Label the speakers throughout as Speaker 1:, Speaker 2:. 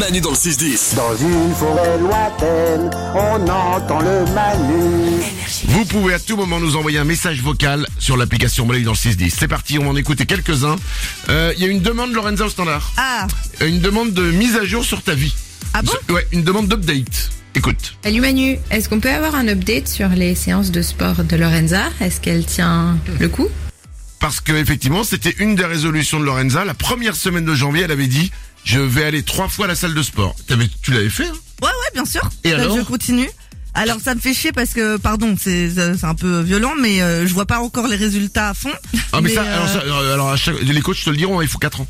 Speaker 1: Manu dans le 6-10.
Speaker 2: Dans une forêt lointaine, on entend le Manu.
Speaker 3: Vous pouvez à tout moment nous envoyer un message vocal sur l'application Manu dans le 610. C'est parti, on va en écouter quelques-uns. Euh, Il y a une demande, Lorenza, au standard. Euh,
Speaker 4: Ah,
Speaker 3: Une demande de mise à jour sur ta vie.
Speaker 4: ah bon
Speaker 3: Sur- ouais, une demande d'update. Écoute.
Speaker 5: Salut Manu, est-ce qu'on peut avoir un update sur les séances de sport de Lorenza Est-ce qu'elle tient le coup
Speaker 3: Parce que effectivement, c'était une des résolutions de Lorenza. La première semaine de janvier, elle avait dit Je vais aller trois fois à la salle de sport. T'avais- tu l'avais fait, hein
Speaker 4: ouais, ouais, bien sûr.
Speaker 3: Et
Speaker 4: Donc,
Speaker 3: alors
Speaker 4: Je continue. Alors ça me fait chier parce que, pardon, c'est c'est un peu violent, mais euh, je vois pas encore les résultats à fond.
Speaker 3: Ah, mais, ça,
Speaker 4: euh, Ah
Speaker 3: alors, ça, euh, alors, à chaque- les coachs te le diront, hein, il faut quatre ans.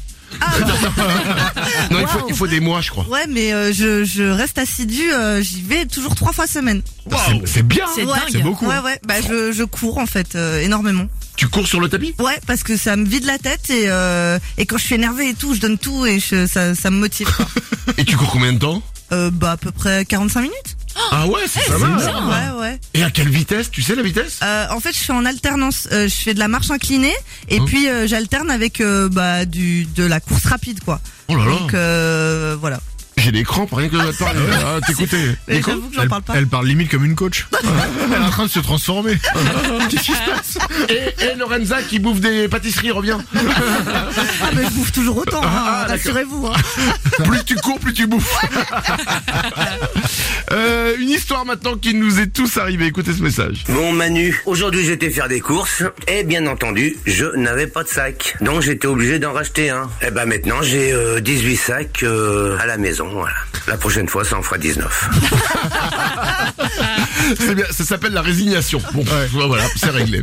Speaker 3: non, il faut, il faut des mois, je crois.
Speaker 4: Ouais, mais euh, je, je reste assidue, euh, j'y vais toujours trois fois semaine.
Speaker 3: C'est- C'est bien,
Speaker 4: Ouais.
Speaker 3: c'est beaucoup.
Speaker 4: Ouais,
Speaker 3: hein.
Speaker 4: ouais, bah je, je cours en fait euh, énormément.
Speaker 3: Tu cours sur le tapis
Speaker 4: Ouais, parce que ça me vide la tête et, euh, et quand je suis énervée et tout, je donne tout et je, ça, ça me motive. quoi.
Speaker 3: Et tu cours combien de temps
Speaker 4: euh, bah à peu près 45 minutes.
Speaker 3: Ah ouais, c'est pas mal.
Speaker 4: Ouais, ouais.
Speaker 3: Et à quelle vitesse Tu sais la
Speaker 6: Ah.
Speaker 3: vitesse
Speaker 4: Euh, en fait, je suis en alternance. Euh, je fais de la marche inclinée et
Speaker 3: Hein
Speaker 4: puis euh, j'alterne avec euh, bah, du de la course rapide, quoi.
Speaker 3: Oh là
Speaker 4: Donc
Speaker 3: là,
Speaker 4: euh, voilà.
Speaker 3: j'ai des crampes rien que de te parler. Ah, t'écoutais.
Speaker 4: Mais
Speaker 3: Nico
Speaker 4: j'avoue que j'en parle pas.
Speaker 6: limite comme une coach. elle est en train de se transformer.
Speaker 3: Qu'est-ce qui se passe et, et Lorenza qui bouffe des pâtisseries revient.
Speaker 4: Ah, mais je bouffe toujours autant. hein,
Speaker 3: Ah, d'accord.
Speaker 4: Rassurez-vous. hein.
Speaker 3: plus tu cours, plus tu bouffes. Euh, une histoire maintenant qui nous est tous arrivée. Écoutez ce message.
Speaker 7: Bon Manu, aujourd'hui j'étais faire des courses et bien entendu je n'avais pas de sac. Donc j'étais obligé d'en racheter un. Et ben maintenant j'ai euh, 18 sacs euh, à la maison. Voilà. La prochaine fois ça en fera 19.
Speaker 3: C'est bien, ça s'appelle la résignation. Bon, voilà, c'est réglé.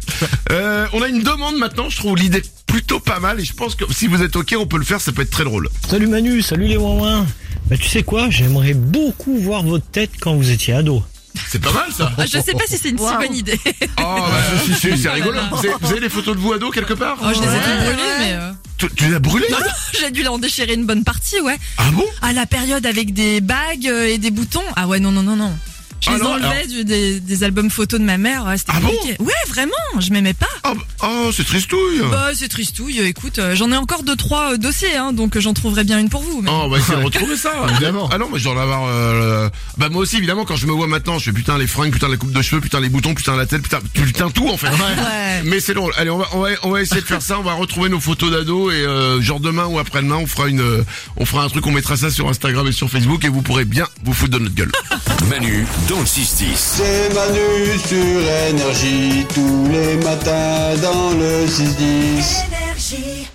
Speaker 3: Euh, on a une demande maintenant. Je trouve l'idée plutôt pas mal et je pense que si vous êtes ok, on peut le faire. Ça peut être très drôle.
Speaker 8: Salut Manu, salut les Wawins. Bah tu sais quoi, j'aimerais beaucoup voir votre tête quand vous étiez ado.
Speaker 3: C'est pas mal ça.
Speaker 9: Ah, Je sais pas si c'est une si bonne idée.
Speaker 3: Oh, bah, c'est c'est rigolo. Vous avez, vous avez les photos de vous ado quelque part
Speaker 9: Oh, je les ai tous brûlés, mais euh,
Speaker 3: tu, tu les as brûlées
Speaker 9: j'ai dû en déchirer une bonne partie, ouais.
Speaker 3: Ah bon
Speaker 9: À la période avec des bagues euh, et des boutons. Ah ouais, non, non, non, non. Je
Speaker 3: Ah
Speaker 9: les
Speaker 3: non,
Speaker 9: enlevais du- des, des albums photos de ma mère. Ouais, c'était
Speaker 3: Ah bon
Speaker 9: compliqué. ouais, vraiment, je m'aimais pas.
Speaker 3: Oh, bah, oh, c'est tristouille.
Speaker 9: Bah, c'est tristouille. Écoute, euh, j'en ai encore deux, trois euh, dossiers, hein, donc euh, j'en trouverai bien une pour vous. mais-
Speaker 3: Oh, bah, c'est de retrouver ça,
Speaker 6: Évidemment.
Speaker 3: Ah non, mais je dois en avoir, euh, bah, moi aussi, évidemment, quand je me vois maintenant, je fais putain les fringues, putain la coupe de cheveux, putain les boutons, putain la tête, putain, putain tout, en fait. Mais c'est drôle. Allez, on va, on va, on va essayer de faire ça, on va retrouver nos photos d'ados et, euh, genre demain ou après-demain, on fera une, euh, on fera un truc, on mettra ça sur Instagram et sur Facebook et vous pourrez bien vous foutre de notre gueule.
Speaker 1: Manu dans le 6-10.
Speaker 2: C'est Manu sur énergie tous les matins dans le 6-10.